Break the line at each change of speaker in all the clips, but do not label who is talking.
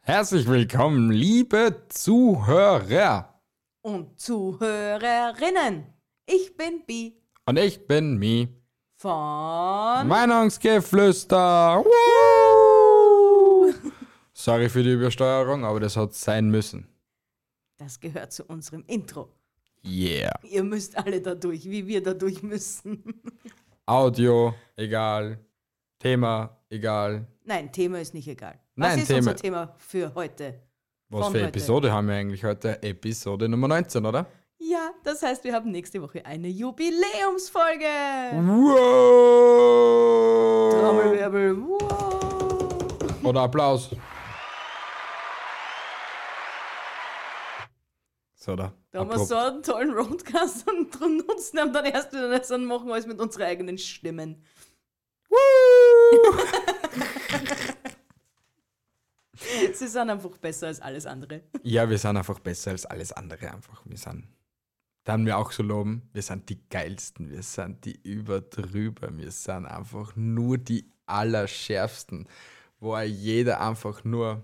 Herzlich willkommen, liebe Zuhörer.
und Zuhörerinnen. Ich bin Bi
Und ich bin Mi.
von
Meinungsgeflüster. Woo! Sorry für die Übersteuerung, aber das hat sein müssen.
Das gehört zu unserem Intro.
Yeah.
Ihr müsst alle da durch, wie wir da durch müssen.
Audio, egal. Thema, egal.
Nein, Thema ist nicht egal.
Nein,
Was ist
Thema-
unser Thema für heute?
Was
Von
für
heute.
Episode haben wir eigentlich heute? Episode Nummer 19, oder?
Ja, das heißt, wir haben nächste Woche eine Jubiläumsfolge.
Wow!
Trommelwirbel. Wow.
Oder Applaus. So, da.
Da haben wir so einen tollen Roadcast und drum nutzen haben dann erst wieder das und machen alles mit unseren eigenen Stimmen. Sie sind einfach besser als alles andere.
Ja, wir sind einfach besser als alles andere einfach. Wir sind, da haben wir auch so loben, wir sind die geilsten, wir sind die überdrüber, wir sind einfach nur die allerschärfsten, wo auch jeder einfach nur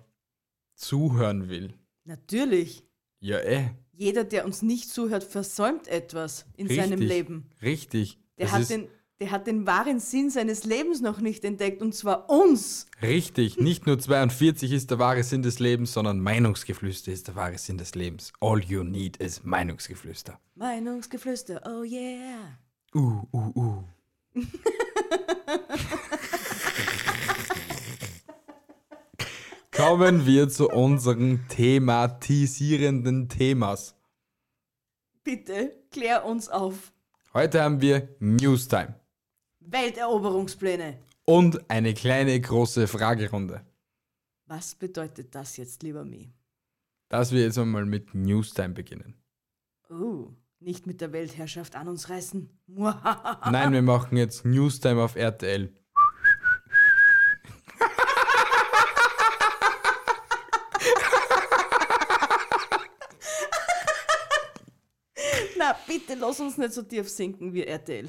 zuhören will.
Natürlich.
Ja, eh.
jeder, der uns nicht zuhört, versäumt etwas in
Richtig.
seinem Leben.
Richtig.
Der
Das
hat,
ist
den, der hat den wahren Sinn seines Lebens noch nicht entdeckt und zwar uns.
richtig.
Hm.
Nicht nur 42 ist der wahre Sinn des Lebens, sondern Meinungsgeflüster ist der wahre Sinn des Lebens. All you need is Meinungsgeflüster.
Meinungsgeflüster, oh yeah.
Uh, uh, uh. Kommen wir zu unserem thematisierenden Themas.
Bitte klär uns auf.
Heute haben wir Newstime
Welteroberungspläne.
und eine kleine große Fragerunde.
Was bedeutet das jetzt, lieber Mi?
Dass wir jetzt einmal mit Newstime beginnen.
Oh, nicht mit der Weltherrschaft an uns reißen.
Nein, wir machen jetzt Newstime auf RTL.
Na, bitte lass uns nicht so tief sinken wie RTL.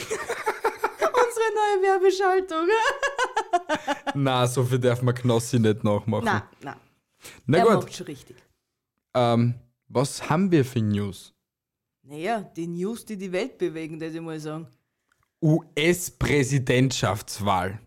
Unsere neue Werbeschaltung.
Na, so viel darf man Knossi nicht nachmachen.
Na, na,
Na
er
gut,
macht schon richtig.
ähm, was haben wir für News?
Naja, die News, die die Welt bewegen, das ich mal sagen.
US-Präsidentschaftswahl.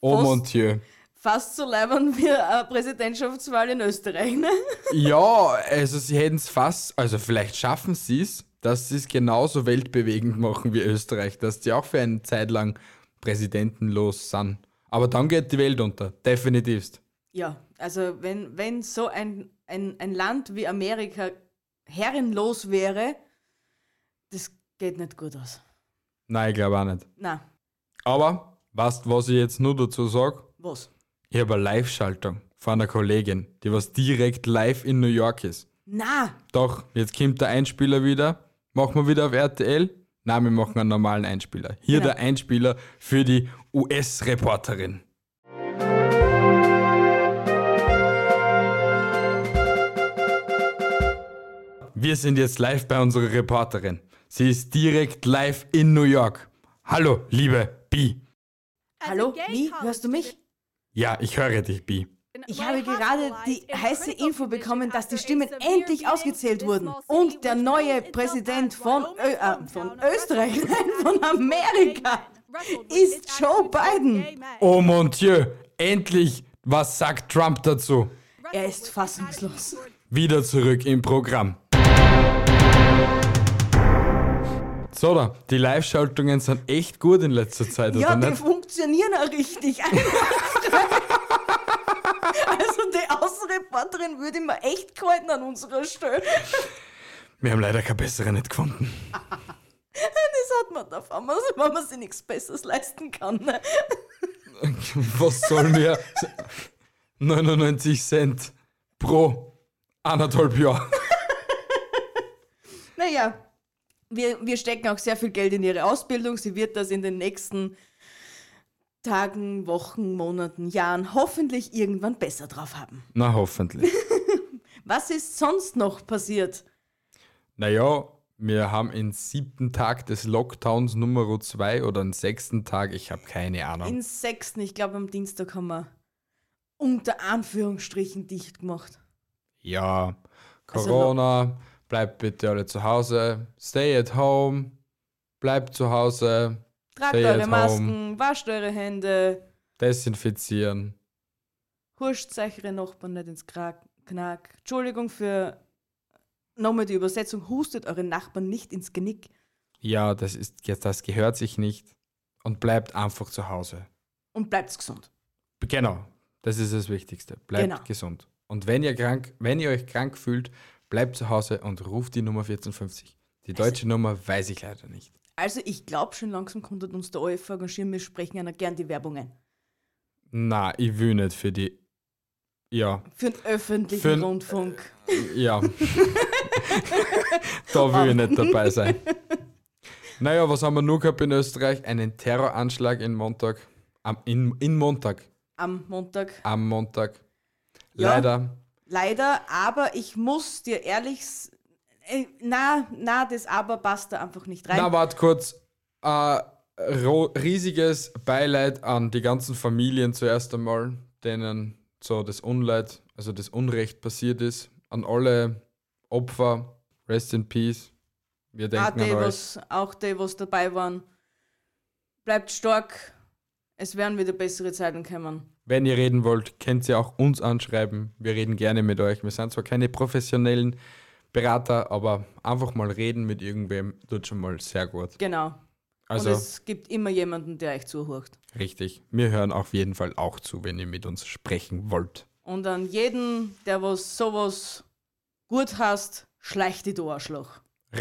Oh
Was?
mon Dieu.
Fast so leibern wie eine Präsidentschaftswahl in Österreich, ne?
Ja, also sie hätten es fast, also vielleicht schaffen sie es, dass sie es genauso weltbewegend machen wie Österreich, dass die auch für eine Zeit lang präsidentenlos sind. Aber dann geht die Welt unter, definitivst.
Ja, also wenn, wenn so ein, ein, ein Land wie Amerika herrenlos wäre, das geht nicht gut aus.
Nein, ich glaube auch nicht.
Na,
Aber, weißt was ich jetzt nur dazu sage?
was?
Ich habe eine Live-Schaltung von einer Kollegin, die was direkt live in New York ist.
Na,
Doch, jetzt kommt der Einspieler wieder. Machen wir wieder auf RTL? Nein, wir machen einen normalen Einspieler. Hier
Genau.
der Einspieler für die US-Reporterin. Wir sind jetzt live bei unserer Reporterin. Sie ist direkt live in New York. Hallo, liebe Bi.
hallo, wie? Hörst du mich?
Ja, ich höre dich, Bi.
Ich habe gerade die heiße Info bekommen, dass die Stimmen endlich ausgezählt wurden. Und der neue Präsident von, Ö äh, von Österreich, nein, von Amerika, ist Joe Biden.
Oh mon Dieu, endlich! Was sagt Trump dazu?
Er ist fassungslos.
Wieder zurück im Programm. So, da, die Live-Schaltungen sind echt gut in letzter Zeit,
Ja,
oder
die
nicht?
funktionieren auch richtig. also die Außenreporterin würde ich mir echt gehalten an unserer Stelle.
Wir haben leider keine bessere nicht gefunden.
Das hat man davon, wenn man sich nichts Besseres leisten kann. Ne?
Was sollen wir? 99 Cent pro anderthalb Jahr.
Naja, wir, wir stecken auch sehr viel Geld in ihre Ausbildung. Sie wird das in den nächsten Tagen, Wochen, Monaten, Jahren hoffentlich irgendwann besser drauf haben.
Na, hoffentlich.
Was ist sonst noch passiert?
Naja, wir haben den siebten Tag des Lockdowns Nummer 2 oder den sechsten Tag, ich habe keine Ahnung.
In sechsten, ich glaube am Dienstag haben wir unter Anführungsstrichen dicht gemacht.
ja,
Also
Corona, bleibt bitte alle zu Hause, stay at home, bleibt zu Hause,
Tragt
Stay
eure
at
Masken,
home.
wascht eure Hände,
desinfizieren.
huscht eure Nachbarn nicht ins Krak- Knack. Entschuldigung für nochmal die Übersetzung, hustet eure Nachbarn nicht ins Genick.
Ja, das ist jetzt das gehört sich nicht und bleibt einfach zu Hause.
und bleibt gesund.
Genau, das ist das Wichtigste. Bleibt
Genau.
gesund. Und wenn ihr krank, wenn ihr euch krank fühlt, bleibt zu Hause und ruft die Nummer 1450. Die deutsche Nummer weiß ich leider nicht.
Also ich glaube schon langsam kommt uns der OF engagieren, wir sprechen einer gern die Werbung ein.
Na, ich will nicht für die. Ja,
Für den öffentlichen
Für den-
Rundfunk.
ja. da will ich nicht dabei sein. Naja, was haben wir nur gehabt in Österreich? Einen Terroranschlag in Montag. Am, in, in Montag.
Am Montag.
Am Montag.
Ja.
Leider.
Leider, aber ich muss dir ehrlich... s- äh, Na, na, das aber passt da einfach nicht rein.
Na, warte kurz. Äh, ro- riesiges Beileid an die ganzen Familien zuerst einmal, denen so das Unleid, also das Unrecht passiert ist. An alle Opfer, rest in peace. Wir
Ah,
denken
die,
an euch.
was, auch die, was dabei waren. Bleibt stark. Es werden wieder bessere Zeiten kommen.
Wenn ihr reden wollt, könnt ihr auch uns anschreiben. Wir reden gerne mit euch. Wir sind zwar keine professionellen Berater, aber einfach mal reden mit irgendwem tut schon mal sehr gut.
Genau.
Also
Und es gibt immer jemanden, der euch zuhört.
richtig. Wir hören auf jeden Fall auch zu, wenn ihr mit uns sprechen wollt.
Und an jeden, der was sowas gut hast, schleicht die du Arschloch.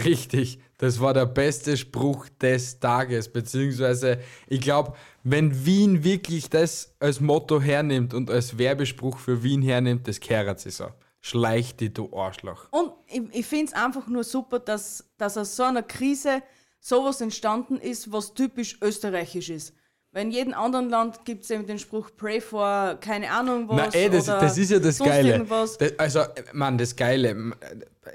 Richtig, das war der beste Spruch des Tages, beziehungsweise ich glaube, wenn Wien wirklich das als Motto hernimmt und als Werbespruch für Wien hernimmt, das kehrt sich so. Schleich dich, du Arschloch.
Und ich, ich finde es einfach nur super, dass, dass aus so einer Krise sowas entstanden ist, was typisch österreichisch ist. Weil in jedem anderen Land gibt es eben den Spruch Pray for keine Ahnung was.
Na ey, das,
oder
das ist ja das
sonst
Geile.
Irgendwas.
Das, also, Mann, das Geile,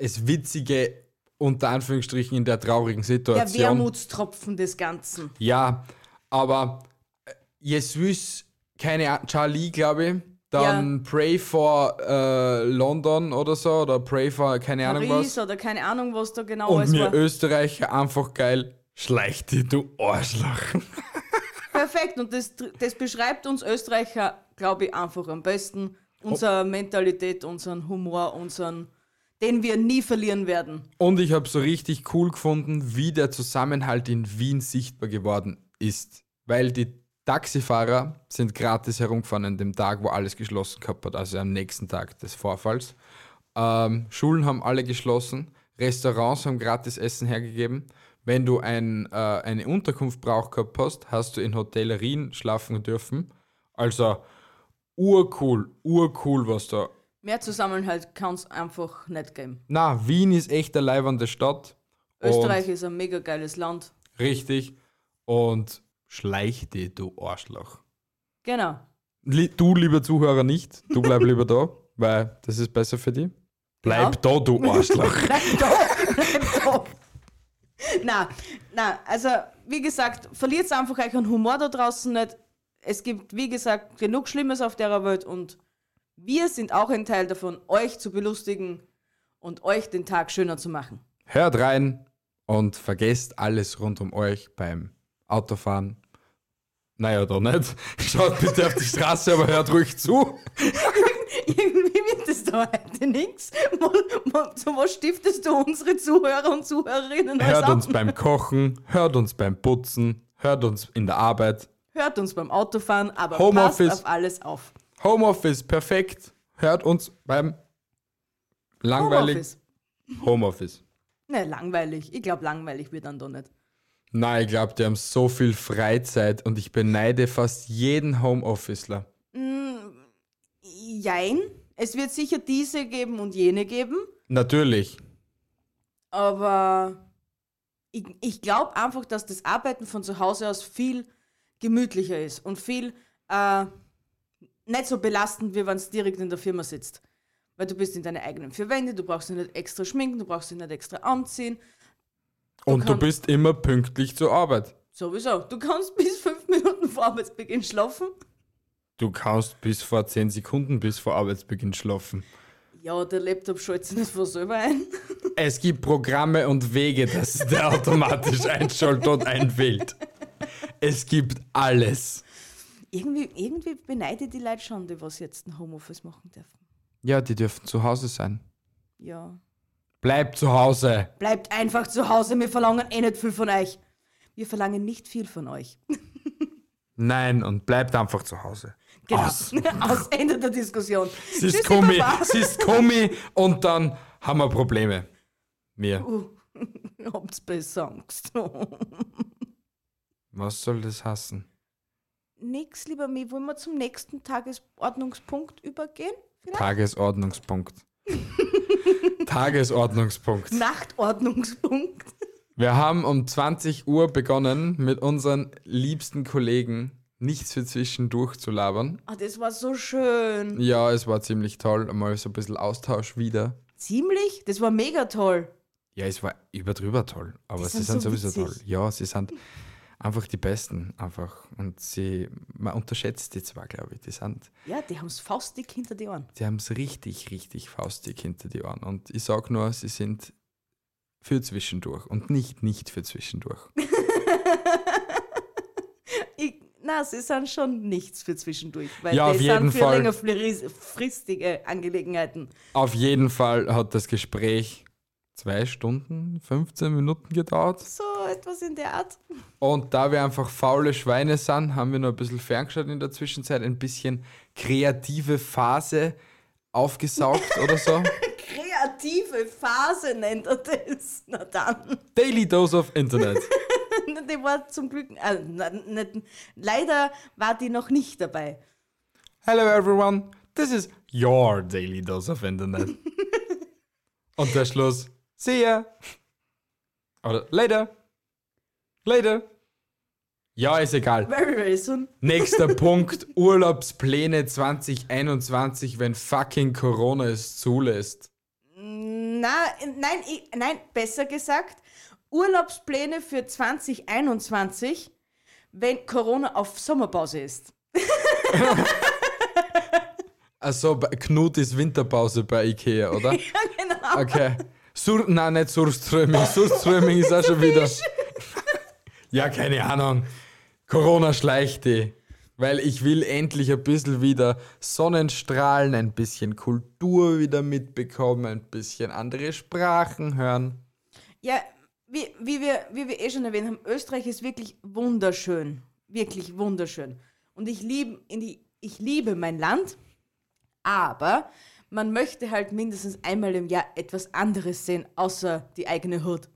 das Witzige unter Anführungsstrichen in der traurigen
Der
Situation.
Wermutstropfen des Ganzen.
Ja, aber äh, Jesus, keine Ahnung, Charlie, glaube ich. Dann Pray for äh, London oder so, oder Pray for keine Ahnung
Paris
was.
oder keine Ahnung, was da genau
Und
alles
mir
war.
Österreicher einfach geil. Schleich dich, du Arschloch.
Perfekt, und das, das beschreibt uns Österreicher, glaube ich, einfach am besten. Unsere
Oh.
Mentalität, unseren Humor, unseren, den wir nie verlieren werden.
Und ich habe so richtig cool gefunden, wie der Zusammenhalt in Wien sichtbar geworden ist. Weil die Taxifahrer sind gratis herumgefahren an dem Tag, wo alles geschlossen gehabt hat, also am nächsten Tag des Vorfalls. Ähm, Schulen haben alle geschlossen, Restaurants haben gratis Essen hergegeben. Wenn du ein, äh, eine Unterkunft braucht gehabt hast, hast du in Hotellerien schlafen dürfen. Also urcool, urcool, was da
Mehr Zusammenhalt kann es einfach nicht geben.
na, Wien ist echt eine leibende Stadt.
Österreich ist ein mega geiles Land.
Und, richtig. Und schleich dich, du Arschloch.
Genau.
Li du, lieber Zuhörer, nicht. Du bleib lieber da, weil das ist besser für dich. Bleib da, du Arschloch.
Bleib da, bleib da. Na, na, also wie gesagt, verliert einfach euren Humor da draußen nicht. Es gibt, wie gesagt, genug Schlimmes auf der Welt und wir sind auch ein Teil davon, euch zu belustigen und euch den Tag schöner zu machen.
Hört rein und vergesst alles rund um euch beim Autofahren. Naja, da nicht. Schaut bitte auf die Straße, aber hört ruhig zu.
Irgendwie wird das da heute nichts. Zu was stiftest du unsere Zuhörer und Zuhörerinnen alles
Hört
an?
uns beim Kochen, hört uns beim Putzen, hört uns in der Arbeit.
Hört uns beim Autofahren, aber
Homeoffice.
passt auf alles auf.
Homeoffice, perfekt. Hört uns beim langweiligen
Homeoffice.
Homeoffice.
Ne, langweilig. Ich glaube, langweilig wird dann da nicht.
Nein, ich glaube, die haben so viel Freizeit und ich beneide fast jeden Homeofficer.
Jein. Es wird sicher diese geben und jene geben,
Natürlich.
aber ich, ich glaube einfach, dass das Arbeiten von zu Hause aus viel gemütlicher ist und viel äh, nicht so belastend, wie wenn es direkt in der Firma sitzt. Weil du bist in deine eigenen vier Wände, du brauchst dich nicht extra schminken, du brauchst dich nicht extra anziehen.
Und du
kann-
bist immer pünktlich zur Arbeit.
Sowieso. Du kannst bis fünf Minuten vor Arbeitsbeginn schlafen.
Du kannst bis vor 10 Sekunden bis vor Arbeitsbeginn schlafen.
Ja, der Laptop schaltet sich nicht von selber ein.
Es gibt Programme und Wege, dass der automatisch einschaltet und einwählt. Es gibt alles.
Irgendwie, irgendwie beneide ich die Leute schon, die was jetzt ein Homeoffice machen dürfen.
Ja, die dürfen zu Hause sein.
Ja.
Bleib zu Hause.
Bleibt einfach zu Hause, wir verlangen eh nicht viel von euch. Wir verlangen nicht viel von euch.
Nein, und bleibt einfach zu Hause.
Genau.
Aus.
Aus Ende der Diskussion.
Sie ist
Tschüssi,
Gummi,
Baba.
sie ist Gummi und dann haben wir Probleme. Mir.
Habt's besser Angst.
Was soll das hassen?
Nix, lieber Mi, wollen wir zum nächsten Tagesordnungspunkt übergehen? Vielleicht?
Tagesordnungspunkt. Tagesordnungspunkt.
Nachtordnungspunkt.
Wir haben um 20 Uhr begonnen, mit unseren liebsten Kollegen nichts für zwischendurch zu labern.
Ah, das war so schön.
Ja, es war ziemlich toll. Mal so ein bisschen Austausch wieder.
Ziemlich? Das war mega toll.
Ja, es war überdrüber toll. Aber
Die
sie sind,
sind so
sowieso
witzig.
toll. Ja, sie sind einfach die Besten. Einfach. Und sie, man unterschätzt die zwar, glaube ich. Die sind,
Ja, die haben's faustdick hinter die Ohren.
die haben es richtig, richtig faustdick hinter die Ohren. Und ich sag nur, sie sind für zwischendurch und nicht nicht für zwischendurch.
Ich, na, sie sind schon nichts für zwischendurch, weil
Ja,
die
auf jeden
sind für
Fall.
längerfristige Angelegenheiten.
Auf jeden Fall hat das Gespräch zwei Stunden, 15 Minuten gedauert.
So etwas in der Art.
Und da wir einfach faule Schweine sind, haben wir noch ein bisschen ferngeschaut in der Zwischenzeit, ein bisschen kreative Phase aufgesaugt oder so.
Kreative Phase nennt er das. Na dann.
Daily Dose of Internet.
Die war zum Glück. Äh, na, nicht, leider war die noch nicht dabei.
Hello everyone, this is your Daily Dose of Internet. Und der Schluss. See ya. Oder later. Later. Ja, ist egal.
Very, very soon.
Nächster Punkt, Urlaubspläne 2021, wenn fucking Corona es zulässt.
Na, nein, ich, nein, besser gesagt, Urlaubspläne für 2021, wenn Corona auf Sommerpause ist.
Also Knut ist Winterpause bei Ikea, oder? ja, genau. Okay. Sur Nein, nicht Surströming. Surströming ist auch schon wieder. ja, keine Ahnung. Corona schleicht die. Weil ich will endlich ein bisschen wieder Sonnenstrahlen, ein bisschen Kultur wieder mitbekommen, ein bisschen andere Sprachen hören.
Ja, wie, wie, wir, wie wir eh schon erwähnt haben, Österreich ist wirklich wunderschön. Wirklich wunderschön. Und ich, lieb, in die, ich liebe mein Land, aber man möchte halt mindestens einmal im Jahr etwas anderes sehen, außer die eigene Hut.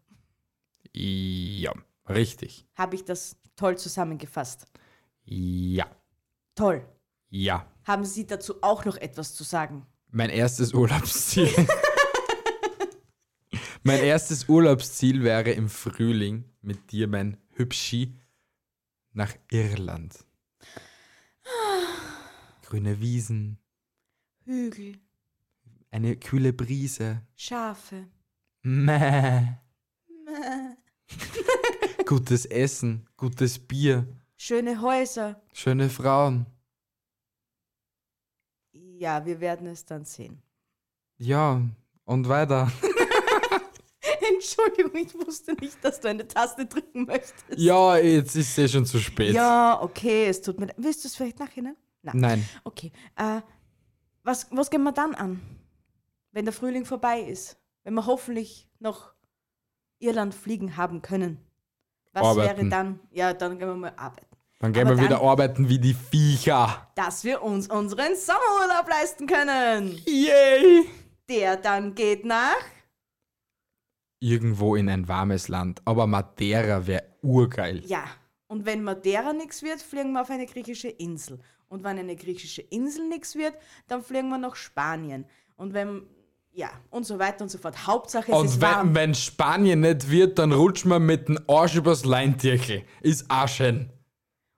Ja, richtig.
Habe ich das toll zusammengefasst?
Ja,
Toll.
ja.
Haben Sie dazu auch noch etwas zu sagen?
Mein erstes Urlaubsziel. mein erstes Urlaubsziel wäre im Frühling mit dir, mein Hübschi, nach Irland. Grüne Wiesen,
Hügel,
eine kühle Brise.
Schafe.
Mäh. gutes Essen, gutes Bier,
Schöne Häuser.
schöne Frauen.
Ja, wir werden es dann sehen.
Ja, und weiter.
Entschuldigung, ich wusste nicht, dass du eine Taste drücken möchtest.
Ja, jetzt ist es eh schon zu spät.
Ja, okay, es tut mir leid. Willst du es vielleicht nachher? Nein.
Nein.
Okay. Äh, was, was gehen wir dann an? Wenn der Frühling vorbei ist? Wenn wir hoffentlich noch Irland fliegen haben können. Was
Arbeiten.
wäre dann? Ja, dann gehen wir mal arbeiten.
Dann gehen
Aber
wir wieder
dann-
arbeiten wie die Viecher.
Dass wir uns unseren Sommerurlaub leisten können.
Yay!
Der dann geht nach
irgendwo in ein warmes Land. Aber Madeira wäre urgeil.
Ja. Und wenn Madeira nichts wird, fliegen wir auf eine griechische Insel. Und wenn eine griechische Insel nichts wird, dann fliegen wir nach Spanien. Und wenn, ja, und so weiter und so fort. Hauptsache es
Und
ist
wenn,
warm.
wenn Spanien nicht wird, dann rutscht man mit dem Arsch übers Leintierchen. Ist auch schön.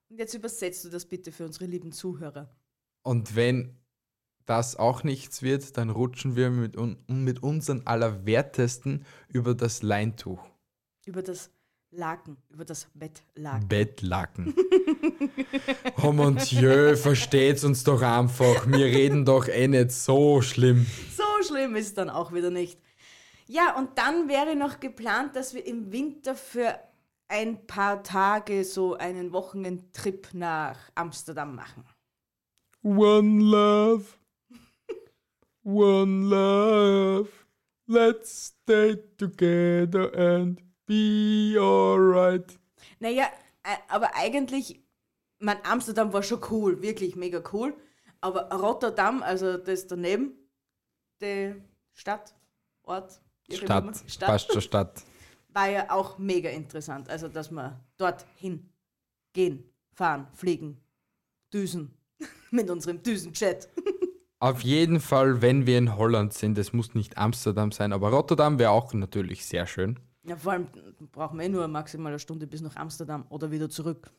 Und jetzt übersetzt du das bitte für unsere lieben Zuhörer.
Und wenn das auch nichts wird, dann rutschen wir mit, un mit unseren Allerwertesten über das Leintuch.
Über das Laken, über das Bettlaken.
Bettlaken. oh mon Dieu, versteht's uns doch einfach. Wir reden doch eh nicht so schlimm.
So schlimm ist es dann auch wieder nicht. Ja, und dann wäre noch geplant, dass wir im Winter für ein paar Tage so einen Wochenendtrip nach Amsterdam machen.
One love. One love. Let's stay together and be alright.
Naja, äh, aber eigentlich, mein Amsterdam war schon cool, wirklich mega cool. Aber Rotterdam, also das daneben, die Stadt, Ort, wie auch immer,
Stadt, passt zur Stadt.
war ja auch mega interessant. Also, dass wir dorthin gehen, fahren, fliegen, düsen. Mit unserem Düsenjet.
Auf jeden Fall, wenn wir in Holland sind, es muss nicht Amsterdam sein, aber Rotterdam wäre auch natürlich sehr schön.
Ja, vor allem brauchen wir eh nur maximal eine Stunde bis nach Amsterdam oder wieder zurück.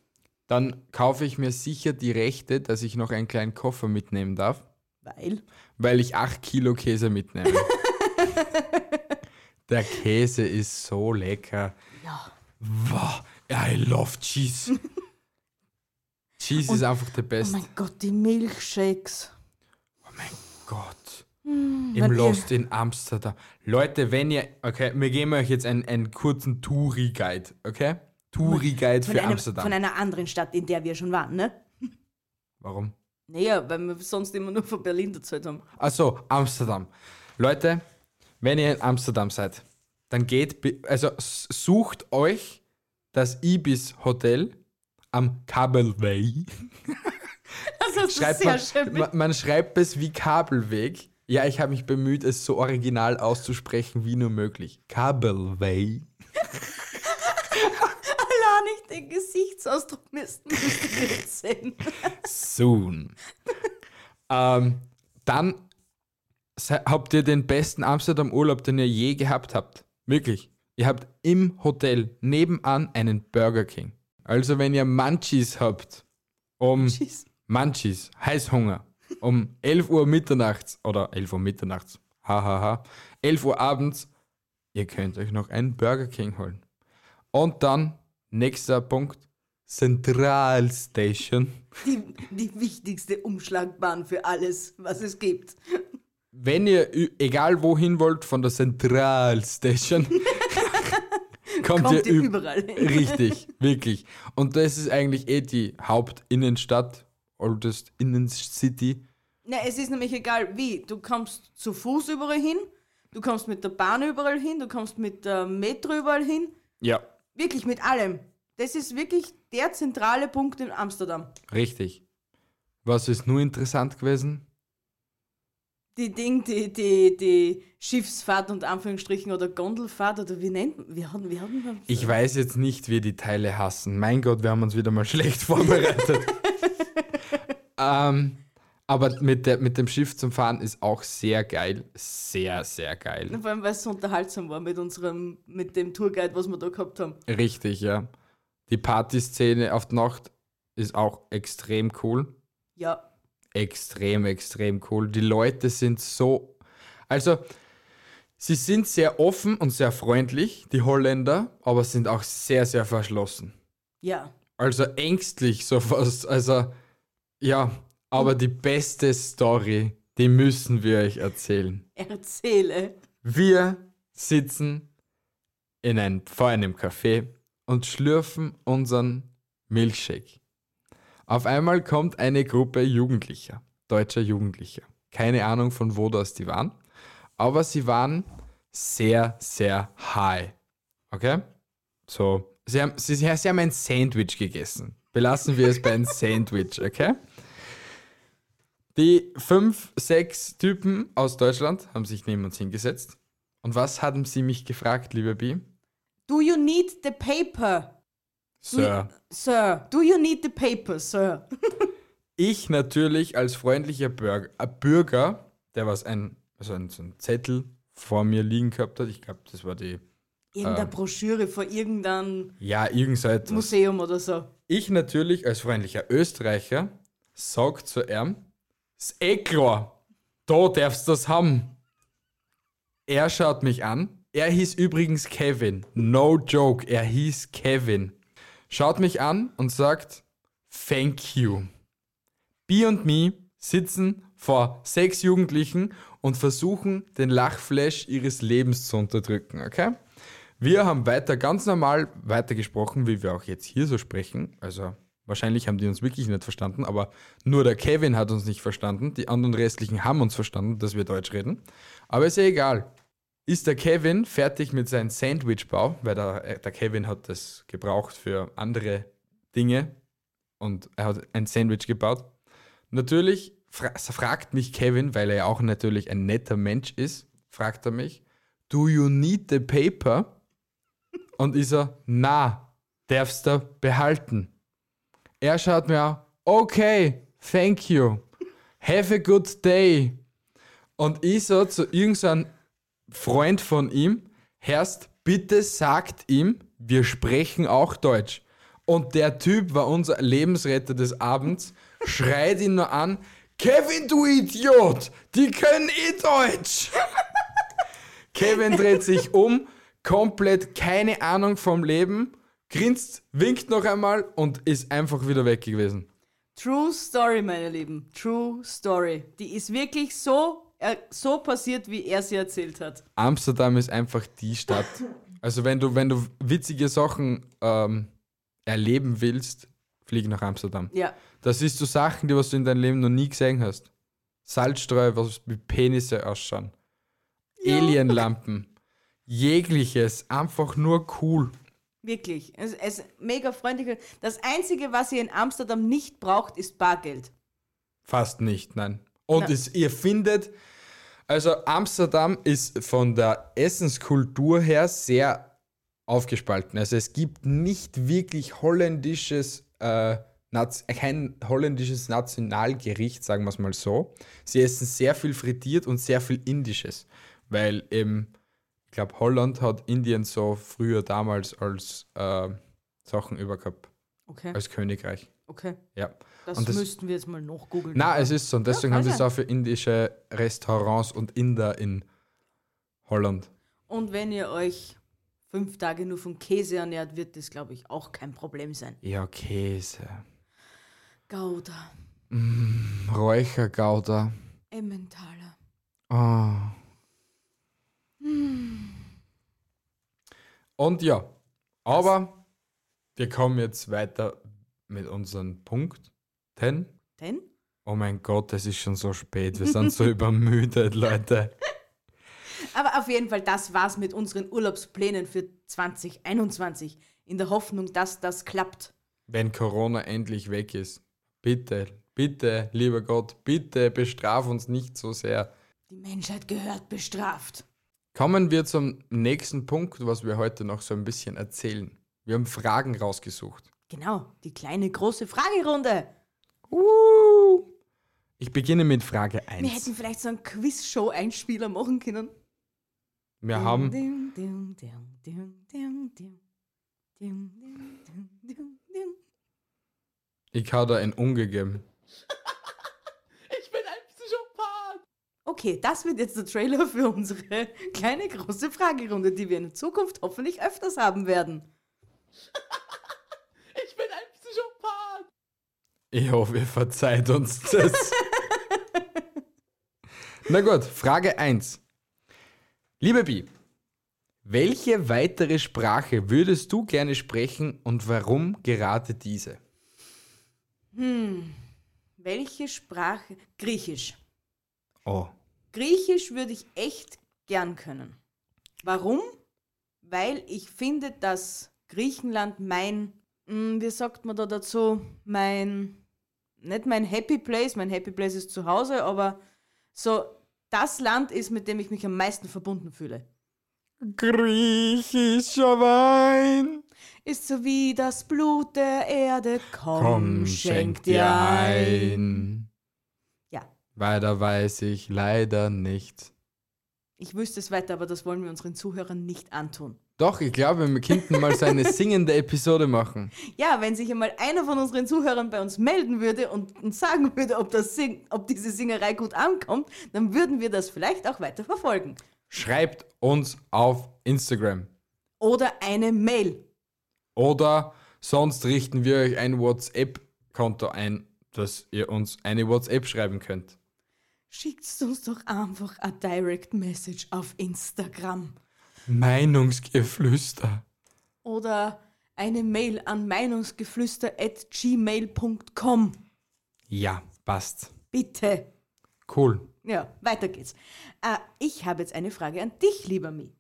Dann kaufe ich mir sicher die Rechte, dass ich noch einen kleinen Koffer mitnehmen darf,
Weil
weil ich 8 Kilo Käse mitnehme. Der Käse ist so lecker.
Ja.
Wow, I love Cheese. Cheese ist einfach der Beste.
oh Mein Gott, die Milchshakes.
Oh mein Gott.
Hm,
Im Lost in Amsterdam. Leute, wenn ihr. Okay, wir geben euch jetzt einen, einen kurzen Touri-Guide, okay? Touri-Guide
Von,
für
einem,
Amsterdam.
von einer anderen Stadt, in der wir schon waren, ne?
Warum?
Naja, weil wir sonst immer nur von Berlin erzählt haben.
Achso, Amsterdam. Leute, wenn ihr in Amsterdam seid, dann geht, bi- also s- sucht euch das Ibis Hotel am Kabelweg.
Also, Das hast du
Schreibt
sehr
man,
schön
man,
mit.
man schreibt es wie Kabelweg. Ja, ich habe mich bemüht, es so original auszusprechen wie nur möglich. Kabelweg.
Klar nicht den Gesichtsausdruck müssten müssten wir jetzt sehen.
Soon. ähm, dann se- habt ihr den besten Amsterdam-Urlaub, den ihr je gehabt habt. Wirklich. Ihr habt im Hotel nebenan einen Burger King. Also wenn ihr Munchies habt, um
Tschüss.
Munchies, Heißhunger, um 11 Uhr mitternachts oder 11 Uhr mitternachts, hahaha, 11 Uhr abends, ihr könnt euch noch einen Burger King holen. Und dann, nächster Punkt, Zentralstation.
Die, die wichtigste Umschlagbahn für alles, was es gibt.
wenn ihr ü- egal wohin wollt von der Zentralstation, kommt,
Kommt ihr
üb-
überall hin.
Richtig, wirklich. Und das ist eigentlich eh die Hauptinnenstadt, oldest Innencity.
Na, es ist nämlich egal wie. Du kommst zu Fuß überall hin, du kommst mit der Bahn überall hin, du kommst mit der Metro überall hin.
Ja,
Wirklich mit allem. Das ist wirklich der zentrale Punkt in Amsterdam.
richtig. Was ist nur interessant gewesen?
Die Ding, die, die, die Schiffsfahrt und Anführungsstrichen oder Gondelfahrt oder wie nennt man. Wir hatten, wir hatten
Ich weiß jetzt nicht, wie die Teile hassen. Mein Gott, wir haben uns wieder mal schlecht vorbereitet. ähm, aber mit, der, mit dem Schiff zum Fahren ist auch sehr geil. Sehr, sehr geil.
Vor allem, weil es so unterhaltsam war mit unserem, mit dem Tourguide, was wir da gehabt haben.
Richtig, ja. Die Partyszene auf die Nacht ist auch extrem cool.
Ja.
Extrem, extrem cool. Die Leute sind so. Also, sie sind sehr offen und sehr freundlich, die Holländer, aber sind auch sehr, sehr verschlossen.
Ja.
Also ängstlich, so fast. Also, ja, aber die beste Story, die müssen wir euch erzählen.
Erzähle.
Wir sitzen in ein, vor einem Café und schlürfen unseren Milchshake. Auf einmal kommt eine Gruppe Jugendlicher, deutscher Jugendlicher. Keine Ahnung von wo das die waren, aber sie waren sehr, sehr high. Okay? So, sie haben, sie, sie haben ein Sandwich gegessen. Belassen wir es bei einem Sandwich, okay? Die fünf, sechs Typen aus Deutschland haben sich neben uns hingesetzt Und was haben Sie mich gefragt, liebe Bi?
Do you need the paper? Do
Sir.
You, sir, do you need the paper, sir?
Ich natürlich als freundlicher Bürger, äh, Bürger der was ein, also ein, so ein Zettel vor mir liegen gehabt hat, ich glaube, das war die,
Irgendeine
Ah.
Broschüre von irgendeinem
ja, irgend so etwas.
Museum oder so.
Ich natürlich als freundlicher Österreicher sag zu ihm, ist eh klar, da darfst du das haben. Er schaut mich an. Er hieß übrigens Kevin. No joke, er hieß Kevin. Schaut mich an und sagt, thank you. B und me sitzen vor sechs Jugendlichen und versuchen, den Lachflash ihres Lebens zu unterdrücken, okay? Wir haben weiter ganz normal weitergesprochen, wie wir auch jetzt hier so sprechen. Also wahrscheinlich haben die uns wirklich nicht verstanden, aber nur der Kevin hat uns nicht verstanden. Die anderen restlichen haben uns verstanden, dass wir Deutsch reden. Aber ist ja egal. Ist der Kevin fertig mit seinem Sandwichbau, weil der, äh, der Kevin hat das gebraucht für andere Dinge und er hat ein Sandwich gebaut. Natürlich fra fragt mich Kevin, weil er ja auch natürlich ein netter Mensch ist, fragt er mich, do you need the paper? Und ich so, na, darfst du behalten. Er schaut mir an, okay, thank you. Have a good day. Und ich so zu irgendeinem Freund von ihm, Herst, bitte sagt ihm, wir sprechen auch Deutsch. Und der Typ war unser Lebensretter des Abends, schreit ihn nur an, Kevin, du Idiot, die können eh Deutsch. Kevin dreht sich um, komplett keine Ahnung vom Leben, grinst, winkt noch einmal und ist einfach wieder weg gewesen.
True Story, meine Lieben. True Story. Die ist wirklich so, äh, so passiert, wie er sie erzählt hat.
Amsterdam ist einfach die Stadt. Also wenn du, wenn du witzige Sachen ähm, erleben willst, flieg nach Amsterdam.
Ja.
Das ist so Sachen, die was du in deinem Leben noch nie gesehen hast. Salzstreu, was mit Penisse ausschauen. Alienlampen. Jegliches. Einfach nur cool.
Wirklich. Es es ist mega freundlich. Das Einzige, was ihr in Amsterdam nicht braucht, ist Bargeld.
Fast nicht, nein. Und
Nein.
Es, ihr findet, also Amsterdam ist von der Essenskultur her sehr aufgespalten. Also es gibt nicht wirklich holländisches, äh, Naz- kein holländisches Nationalgericht, sagen wir es mal so. Sie essen sehr viel frittiert und sehr viel indisches, weil eben, ich glaube, Holland hat Indien so früher damals als äh, Sachen übergehabt,
Okay.
als Königreich.
Okay.
Ja.
Das,
Also, Und das-
müssten wir jetzt mal noch googeln.
Na, also es ist so. Und deswegen
kann
haben sie es
sein.
auch für indische Restaurants und Inder in Holland.
Und wenn ihr euch fünf Tage nur vom Käse ernährt, wird das, glaube ich, auch kein Problem sein.
Ja, Käse.
Gouda,
Räuchergouda.
Emmentaler.
Oh. Und ja, aber wir kommen jetzt weiter mit unseren Punkten.
Denn?
Oh mein Gott, es ist schon so spät. Wir sind so übermüdet, Leute.
Aber auf jeden Fall, das war's mit unseren Urlaubsplänen für 2021. In der Hoffnung, dass das klappt.
wenn Corona endlich weg ist. Bitte, bitte, lieber Gott, bitte bestraf uns nicht so sehr.
Die Menschheit gehört bestraft.
Kommen wir zum nächsten Punkt, was wir heute noch so ein bisschen erzählen. Wir haben Fragen rausgesucht.
Genau, die kleine große Fragerunde.
Uh. Ich beginne mit Frage
Wir
1.
hätten vielleicht so einen Quiz-Show-Einspieler machen können.
Wir haben,
Ding, ding, ding, ding, ding, ding. Ding, ding, ding, ding, ding.
ich habe da ein Ungegeben.
Okay, das wird jetzt der Trailer für unsere kleine große Fragerunde, die wir in Zukunft hoffentlich öfters haben werden.
Ich hoffe, ihr verzeiht uns das. Na gut, Frage 1. Liebe Bi, welche weitere Sprache würdest du gerne sprechen und warum gerade diese?
Hm, Welche Sprache? Griechisch.
Oh.
Griechisch würde ich echt gern können. Warum? Weil ich finde, dass Griechenland mein, mh, wie sagt man da dazu, mein, nicht mein Happy Place, mein Happy Place ist zu Hause, aber so das Land ist, mit dem ich mich am meisten verbunden fühle.
Griechischer Wein
ist so wie das Blut der Erde. Komm, schenk dir ein. Ja,
Weiter weiß ich leider nicht.
ich wüsste es weiter, aber das wollen wir unseren Zuhörern nicht antun.
Doch, ich glaube, wir könnten mal so eine singende Episode machen.
Ja, wenn sich einmal einer von unseren Zuhörern bei uns melden würde und uns sagen würde, ob, das Sing ob diese Singerei gut ankommt, dann würden wir das vielleicht auch weiter verfolgen.
Schreibt uns auf Instagram.
Oder eine Mail.
Oder sonst richten wir euch ein WhatsApp-Konto ein, dass ihr uns eine WhatsApp schreiben könnt.
Schickt uns doch einfach eine Direct Message auf Instagram.
Meinungsgeflüster.
Oder eine Mail an meinungsgeflüster.gmail.com.
Ja, passt.
Bitte.
Cool.
Ja, weiter geht's. Äh, ich habe jetzt eine Frage an dich, lieber Mi.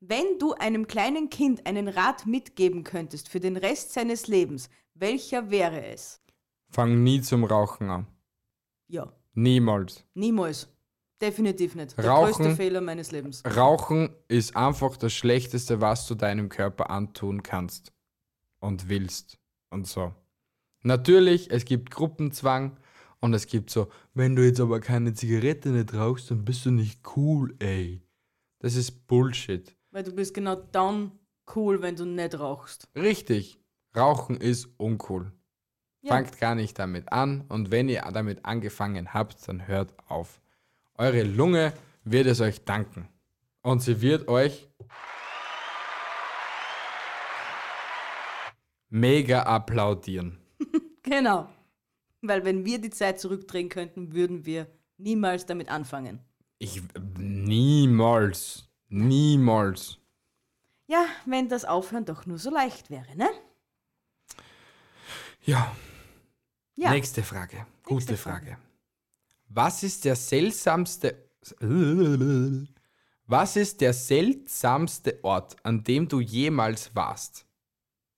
Wenn du einem kleinen Kind einen Rat mitgeben könntest für den Rest seines Lebens, welcher wäre es?
Fang nie zum Rauchen an.
Ja,
Niemals.
niemals. Definitiv nicht. Der
Rauchen.
größte Fehler meines Lebens.
Rauchen ist einfach das Schlechteste, was du deinem Körper antun kannst und willst und so. Natürlich, es gibt Gruppenzwang und es gibt so, wenn du jetzt aber keine Zigarette nicht rauchst, dann bist du nicht cool, ey. Das ist Bullshit.
Weil du bist genau dann cool, wenn du nicht rauchst.
Richtig, Rauchen ist uncool.
Ja.
Fangt gar nicht damit an und wenn ihr damit angefangen habt, dann hört auf. Eure Lunge wird es euch danken und sie wird euch mega applaudieren.
Genau. Weil wenn wir die Zeit zurückdrehen könnten, würden wir niemals damit anfangen.
Ich niemals, niemals.
Ja, wenn das Aufhören doch nur so leicht wäre, ne?
Ja,
Ja.
nächste Frage. Gute Frage.
Frage.
Was ist der seltsamste Was ist der seltsamste Ort, an dem du jemals warst?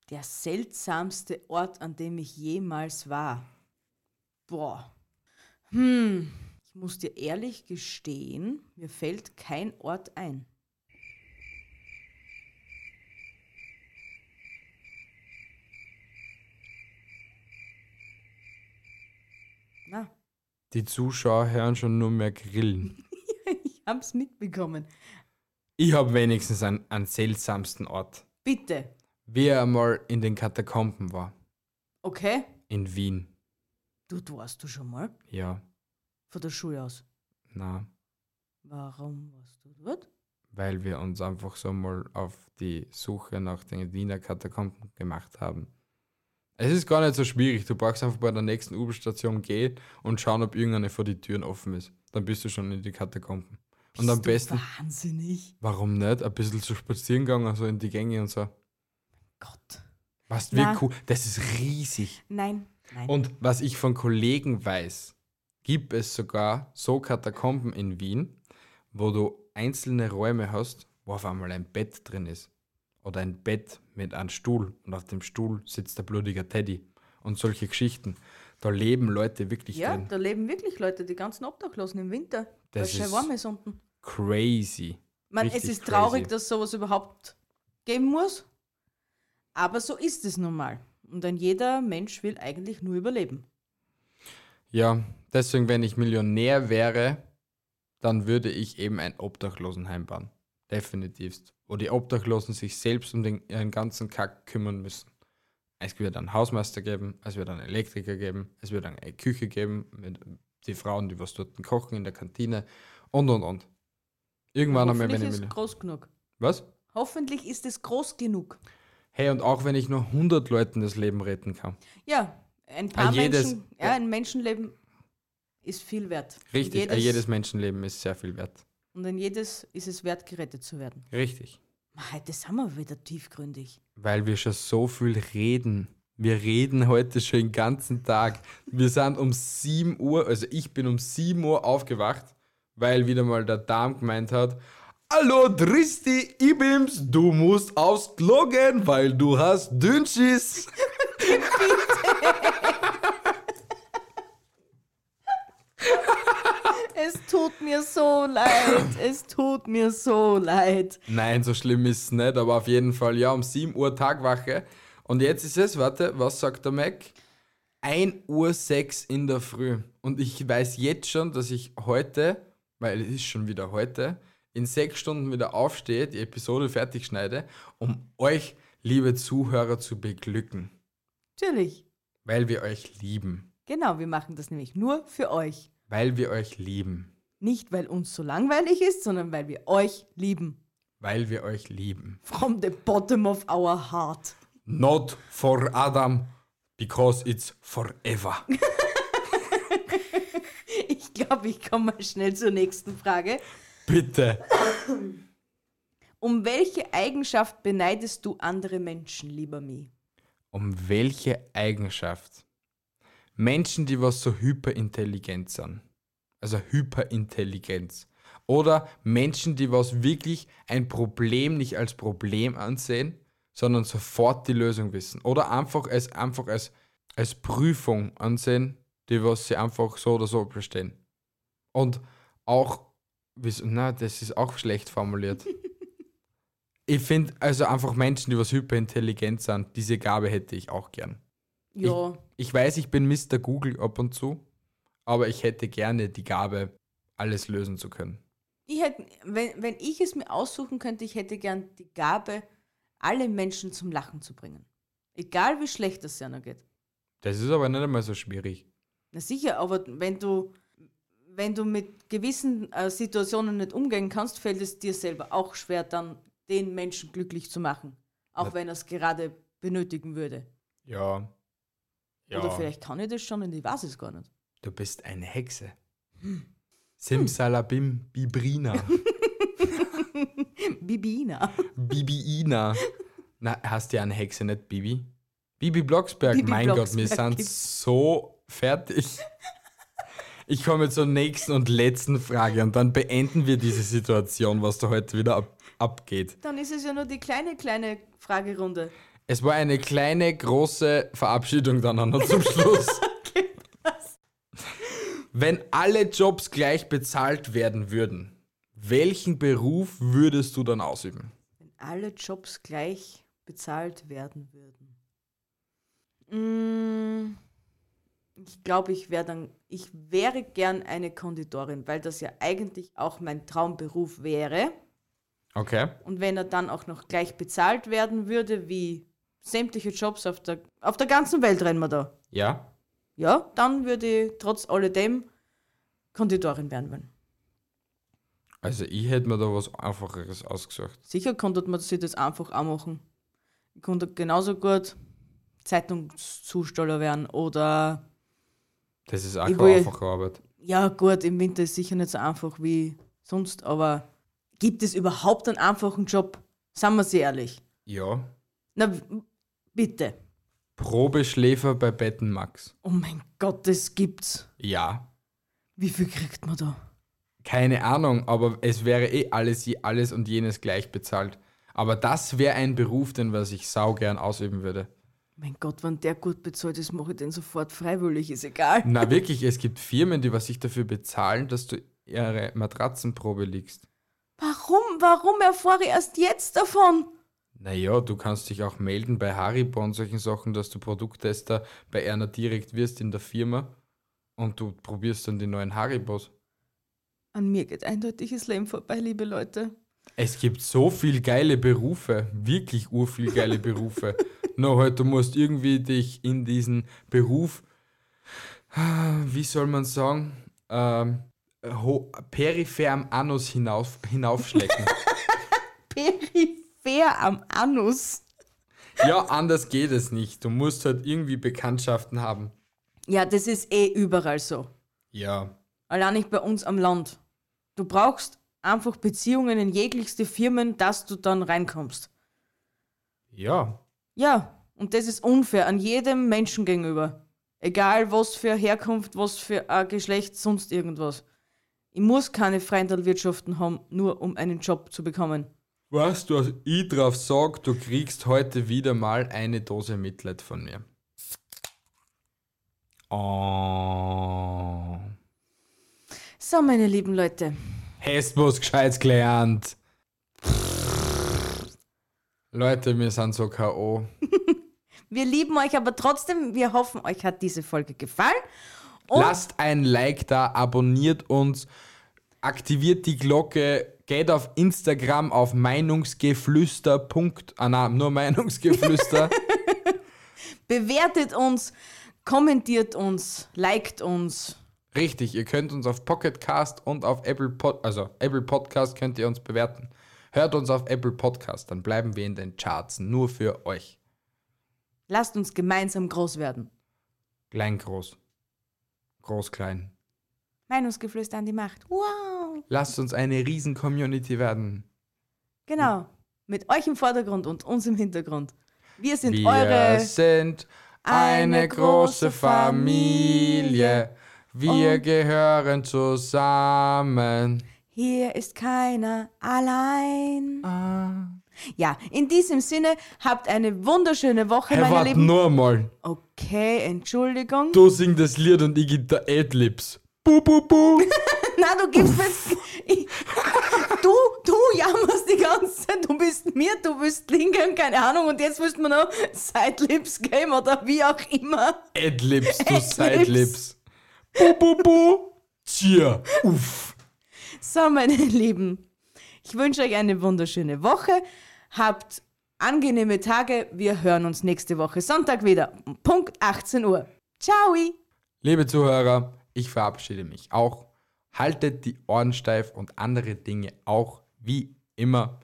Der seltsamste Ort, an dem ich jemals war. Boah. Hm. Ich muss dir ehrlich gestehen, mir fällt kein Ort ein. Na,
Die Zuschauer hören schon nur mehr Grillen.
ich hab's mitbekommen.
Ich habe wenigstens einen, einen seltsamsten Ort.
Bitte.
Wie er einmal in den Katakomben war.
Okay.
In Wien.
Du, du warst du schon mal?
Ja,
Von der Schule aus.
na,
Warum warst du dort?
weil wir uns einfach so mal auf die Suche nach den Wiener Katakomben gemacht haben. Es ist gar nicht so schwierig. Du brauchst einfach bei der nächsten U-Bahn-Station gehen und schauen, ob irgendeine vor die Türen offen ist. Dann bist du schon in die Katakomben. und am
Bist du
besten,
Wahnsinnig.
warum nicht? Ein bisschen zu spazieren gegangen, also in die Gänge und so.
Gott.
Was, wie
Na.
cool. Das ist riesig.
Nein, nein.
Und was ich von Kollegen weiß, gibt es sogar so Katakomben in Wien, wo du einzelne Räume hast, wo auf einmal ein Bett drin ist. Oder ein Bett mit einem Stuhl und auf dem Stuhl sitzt der blutige Teddy. Und solche Geschichten. Da leben Leute wirklich
ja,
drin.
da leben wirklich Leute, die ganzen Obdachlosen im Winter, weil
Das
es schön
ist-
warm ist unten.
Crazy.
Ich meine, es
richtig
ist traurig,
crazy.
dass sowas überhaupt geben muss, aber so ist es nun mal. Und ein jeder Mensch will eigentlich nur überleben.
Ja, deswegen, wenn ich Millionär wäre, dann würde ich eben ein Obdachlosenheim bauen. Definitivst. Wo die Obdachlosen sich selbst um den, ihren ganzen Kack kümmern müssen. Es wird einen Hausmeister geben, es wird einen Elektriker geben, es wird eine Küche geben, mit die Frauen, die was dort kochen in der Kantine und und und. Irgendwann einmal,
Hoffentlich
wenn ich
ist
Million-
groß genug.
Was?
Hoffentlich ist es groß genug.
Hey, und auch wenn ich nur 100 Leuten das Leben retten kann.
Ja, ein paar
jedes-
Menschen, ja, ein Menschenleben ist viel wert.
Richtig,
Und
jedes,
jedes,
jedes Menschenleben ist sehr viel wert.
und ein jedes ist es wert, gerettet zu werden.
Richtig.
Ma, Heute sind wir wieder tiefgründig.
Weil wir schon so viel reden. Wir reden heute schon den ganzen Tag. Wir sind um 7 Uhr, also ich bin um 7 Uhr aufgewacht, weil wieder mal der Darm gemeint hat, Hallo Dristi Ibims, du musst aufs Klo gehen, weil du hast Dünnschiss.
Es tut tut mir so leid. Es tut mir so leid.
Nein, so schlimm ist es nicht, aber auf jeden Fall, ja, um 7 Uhr Tagwache. Und jetzt ist es, warte, was sagt der Mac? 1 Uhr 6 in der Früh. Und ich weiß jetzt schon, dass ich heute, weil es ist schon wieder heute, in sechs Stunden wieder aufstehe, die Episode fertig schneide, um euch, liebe Zuhörer, zu beglücken.
Natürlich.
Weil wir euch lieben.
Genau, wir machen das nämlich nur für euch.
Weil wir euch lieben.
Nicht, weil uns so langweilig ist, sondern weil wir euch lieben.
Weil wir euch lieben.
From the bottom of our heart.
Not for Adam, because it's forever.
Ich glaube, ich komme mal schnell zur nächsten Frage.
Bitte.
Um welche Eigenschaft beneidest du andere Menschen, lieber Mi?
Um welche Eigenschaft? Menschen, die was so hyperintelligent sind. Also Hyperintelligenz. Oder Menschen, die was wirklich ein Problem nicht als Problem ansehen, sondern sofort die Lösung wissen. Oder einfach es einfach als, als Prüfung ansehen, die was sie einfach so oder so bestehen. Und auch, wieso- na, das ist auch schlecht formuliert. ich finde also einfach Menschen, die was hyperintelligent sind, diese Gabe hätte ich auch gern.
Ja,
Ich weiß, ich bin Mr. Google ab und zu, aber ich hätte gerne die Gabe, alles lösen zu können.
ich, hätte, wenn, wenn ich es mir aussuchen könnte, ich hätte gern die Gabe, alle Menschen zum Lachen zu bringen. Egal wie schlecht es ja noch geht.
Das ist aber nicht einmal so schwierig.
Na sicher, aber wenn du, wenn du mit gewissen äh, Situationen nicht umgehen kannst, fällt es dir selber auch schwer, dann den Menschen glücklich zu machen. Auch
Na-
wenn er es gerade benötigen würde.
Ja. ja.
Oder vielleicht kann ich das schon und ich weiß es gar nicht.
Du bist eine Hexe.
Hm.
Simsalabim, Bibrina,
Bibina.
Bibiina. Na, hast du ja eine Hexe, nicht Bibi? Bibi Blocksberg,
Bibi
mein Gott, wir
Blocksberg
sind
gibt's.
so fertig. Ich komme zur nächsten und letzten Frage und dann beenden wir diese Situation, was da heute wieder ab abgeht.
Dann ist es ja nur die kleine, kleine Fragerunde.
Es war eine kleine, große Verabschiedung dann auch noch zum Schluss. Wenn alle Jobs gleich bezahlt werden würden, welchen Beruf würdest du dann ausüben?
Wenn alle Jobs gleich bezahlt werden würden. Mm, Ich glaube, ich wäre dann, ich wäre gern eine Konditorin, weil das ja eigentlich auch mein Traumberuf wäre.
Okay.
Und wenn er dann auch noch gleich bezahlt werden würde, wie sämtliche Jobs auf der, auf der ganzen Welt rennen wir da.
Ja.
Ja, dann würde ich trotz alledem Konditorin werden wollen.
Also ich hätte mir da was Einfacheres ausgesucht.
Sicher konnte man sich das einfach auch machen. Ich konnte genauso gut Zeitungszusteller werden oder
Das ist auch
Ich
keine
will-
einfache Arbeit.
ja gut, im Winter ist sicher nicht so einfach wie sonst, aber gibt es überhaupt einen einfachen Job? Seien wir sie ehrlich.
Ja.
Na w- bitte.
Probeschläfer bei Bettenmax.
Oh mein Gott, das gibt's.
Ja.
Wie viel kriegt man da? Oh
Keine Ahnung, aber es wäre eh alles, je- alles und jenes gleich bezahlt. Aber das wäre ein Beruf, den was ich saugern ausüben würde.
Mein Gott, wenn der gut bezahlt ist, mache ich den sofort freiwillig, ist egal.
Na wirklich, es gibt Firmen, die was sich dafür bezahlen, dass du ihre Matratzenprobe liegst.
Warum, warum erfahre ich erst jetzt davon?
Naja, du kannst dich auch melden bei Haribo und solchen Sachen, dass du Produkttester bei einer direkt wirst in der Firma und du probierst dann die neuen Haribos.
An mir geht eindeutiges Leben vorbei, liebe Leute.
Es gibt so viel geile Berufe, wirklich urviel geile Berufe. Nur halt, du musst irgendwie dich in diesen Beruf, wie soll man sagen, ähm, ho- peripher am Anus hinauf, hinaufschlecken.
Peripher am Anus.
Ja, anders geht es nicht. Du musst halt irgendwie Bekanntschaften haben.
Ja, das ist eh überall so.
Ja.
Allein nicht bei uns am Land. Du brauchst einfach Beziehungen in jeglichste Firmen, dass du dann reinkommst.
Ja.
Ja, und das ist unfair an jedem Menschen gegenüber. Egal was für Herkunft, was für ein Geschlecht, sonst irgendwas. Ich muss keine Freundelwirtschaften haben, nur um einen Job zu bekommen.
Was du als ich drauf sag, du kriegst heute wieder mal eine Dose Mitleid von mir. Ah. Oh.
So, meine lieben Leute.
Hast was gescheit gelernt. Leute, wir sind so K.O.
Wir lieben euch aber trotzdem. Wir hoffen, euch hat diese Folge gefallen. Und
Lasst ein Like da, abonniert uns, aktiviert die Glocke, geht auf Instagram auf Meinungsgeflüster. Punkt, ah, nein, nur Meinungsgeflüster.
bewertet uns, kommentiert uns, liked uns.
Richtig, ihr könnt uns auf Pocket Cast und auf Apple Pod, also Apple Podcast könnt ihr uns bewerten. Hört uns auf Apple Podcast, dann bleiben wir in den Charts nur für euch.
Lasst uns gemeinsam groß werden.
Klein groß. Groß klein.
Meinungsgeflüster an die Macht. Wow.
Lasst uns eine riesen Community werden.
Genau. Mit euch im Vordergrund und uns im Hintergrund. Wir sind
Wir
eure.
sind eine
eine
große
große
Familie. Wir
Und-
gehören zusammen.
Hier ist keiner allein.
Ah.
Ja, in diesem Sinne, habt eine wunderschöne Woche,
Hey,
meine
warte
Lieben.
nur mal.
Okay, Entschuldigung.
Du singst das Lied und ich gebe da Adlibs. Bu, bu, bu.
Na, du gibst mir. Ich- Du, du jammerst die ganze Zeit. Du bist mir, du bist linke und keine Ahnung. Und jetzt willst du mir noch Sidelips geben oder wie auch immer.
Adlibs, du
Adlibs.
Sidelips. Bu, bu, bu. Tja. Uff.
So, meine Lieben, ich wünsche euch eine wunderschöne Woche. Habt angenehme Tage. Wir hören uns nächste Woche Sonntag wieder. um Punkt 18 Uhr. Ciao!
Liebe Zuhörer, ich verabschiede mich auch. Haltet die Ohren steif und andere Dinge auch wie immer.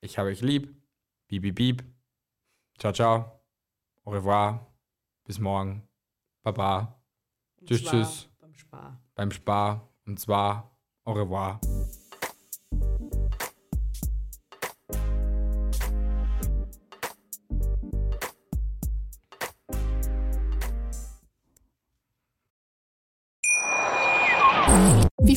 Ich habe euch lieb. Bip, bip, bip. Ciao, ciao. Au revoir. Bis morgen. Baba. Tschüss, tschüss.
Beim Spar.
Beim Spar. Und zwar au revoir.
Wie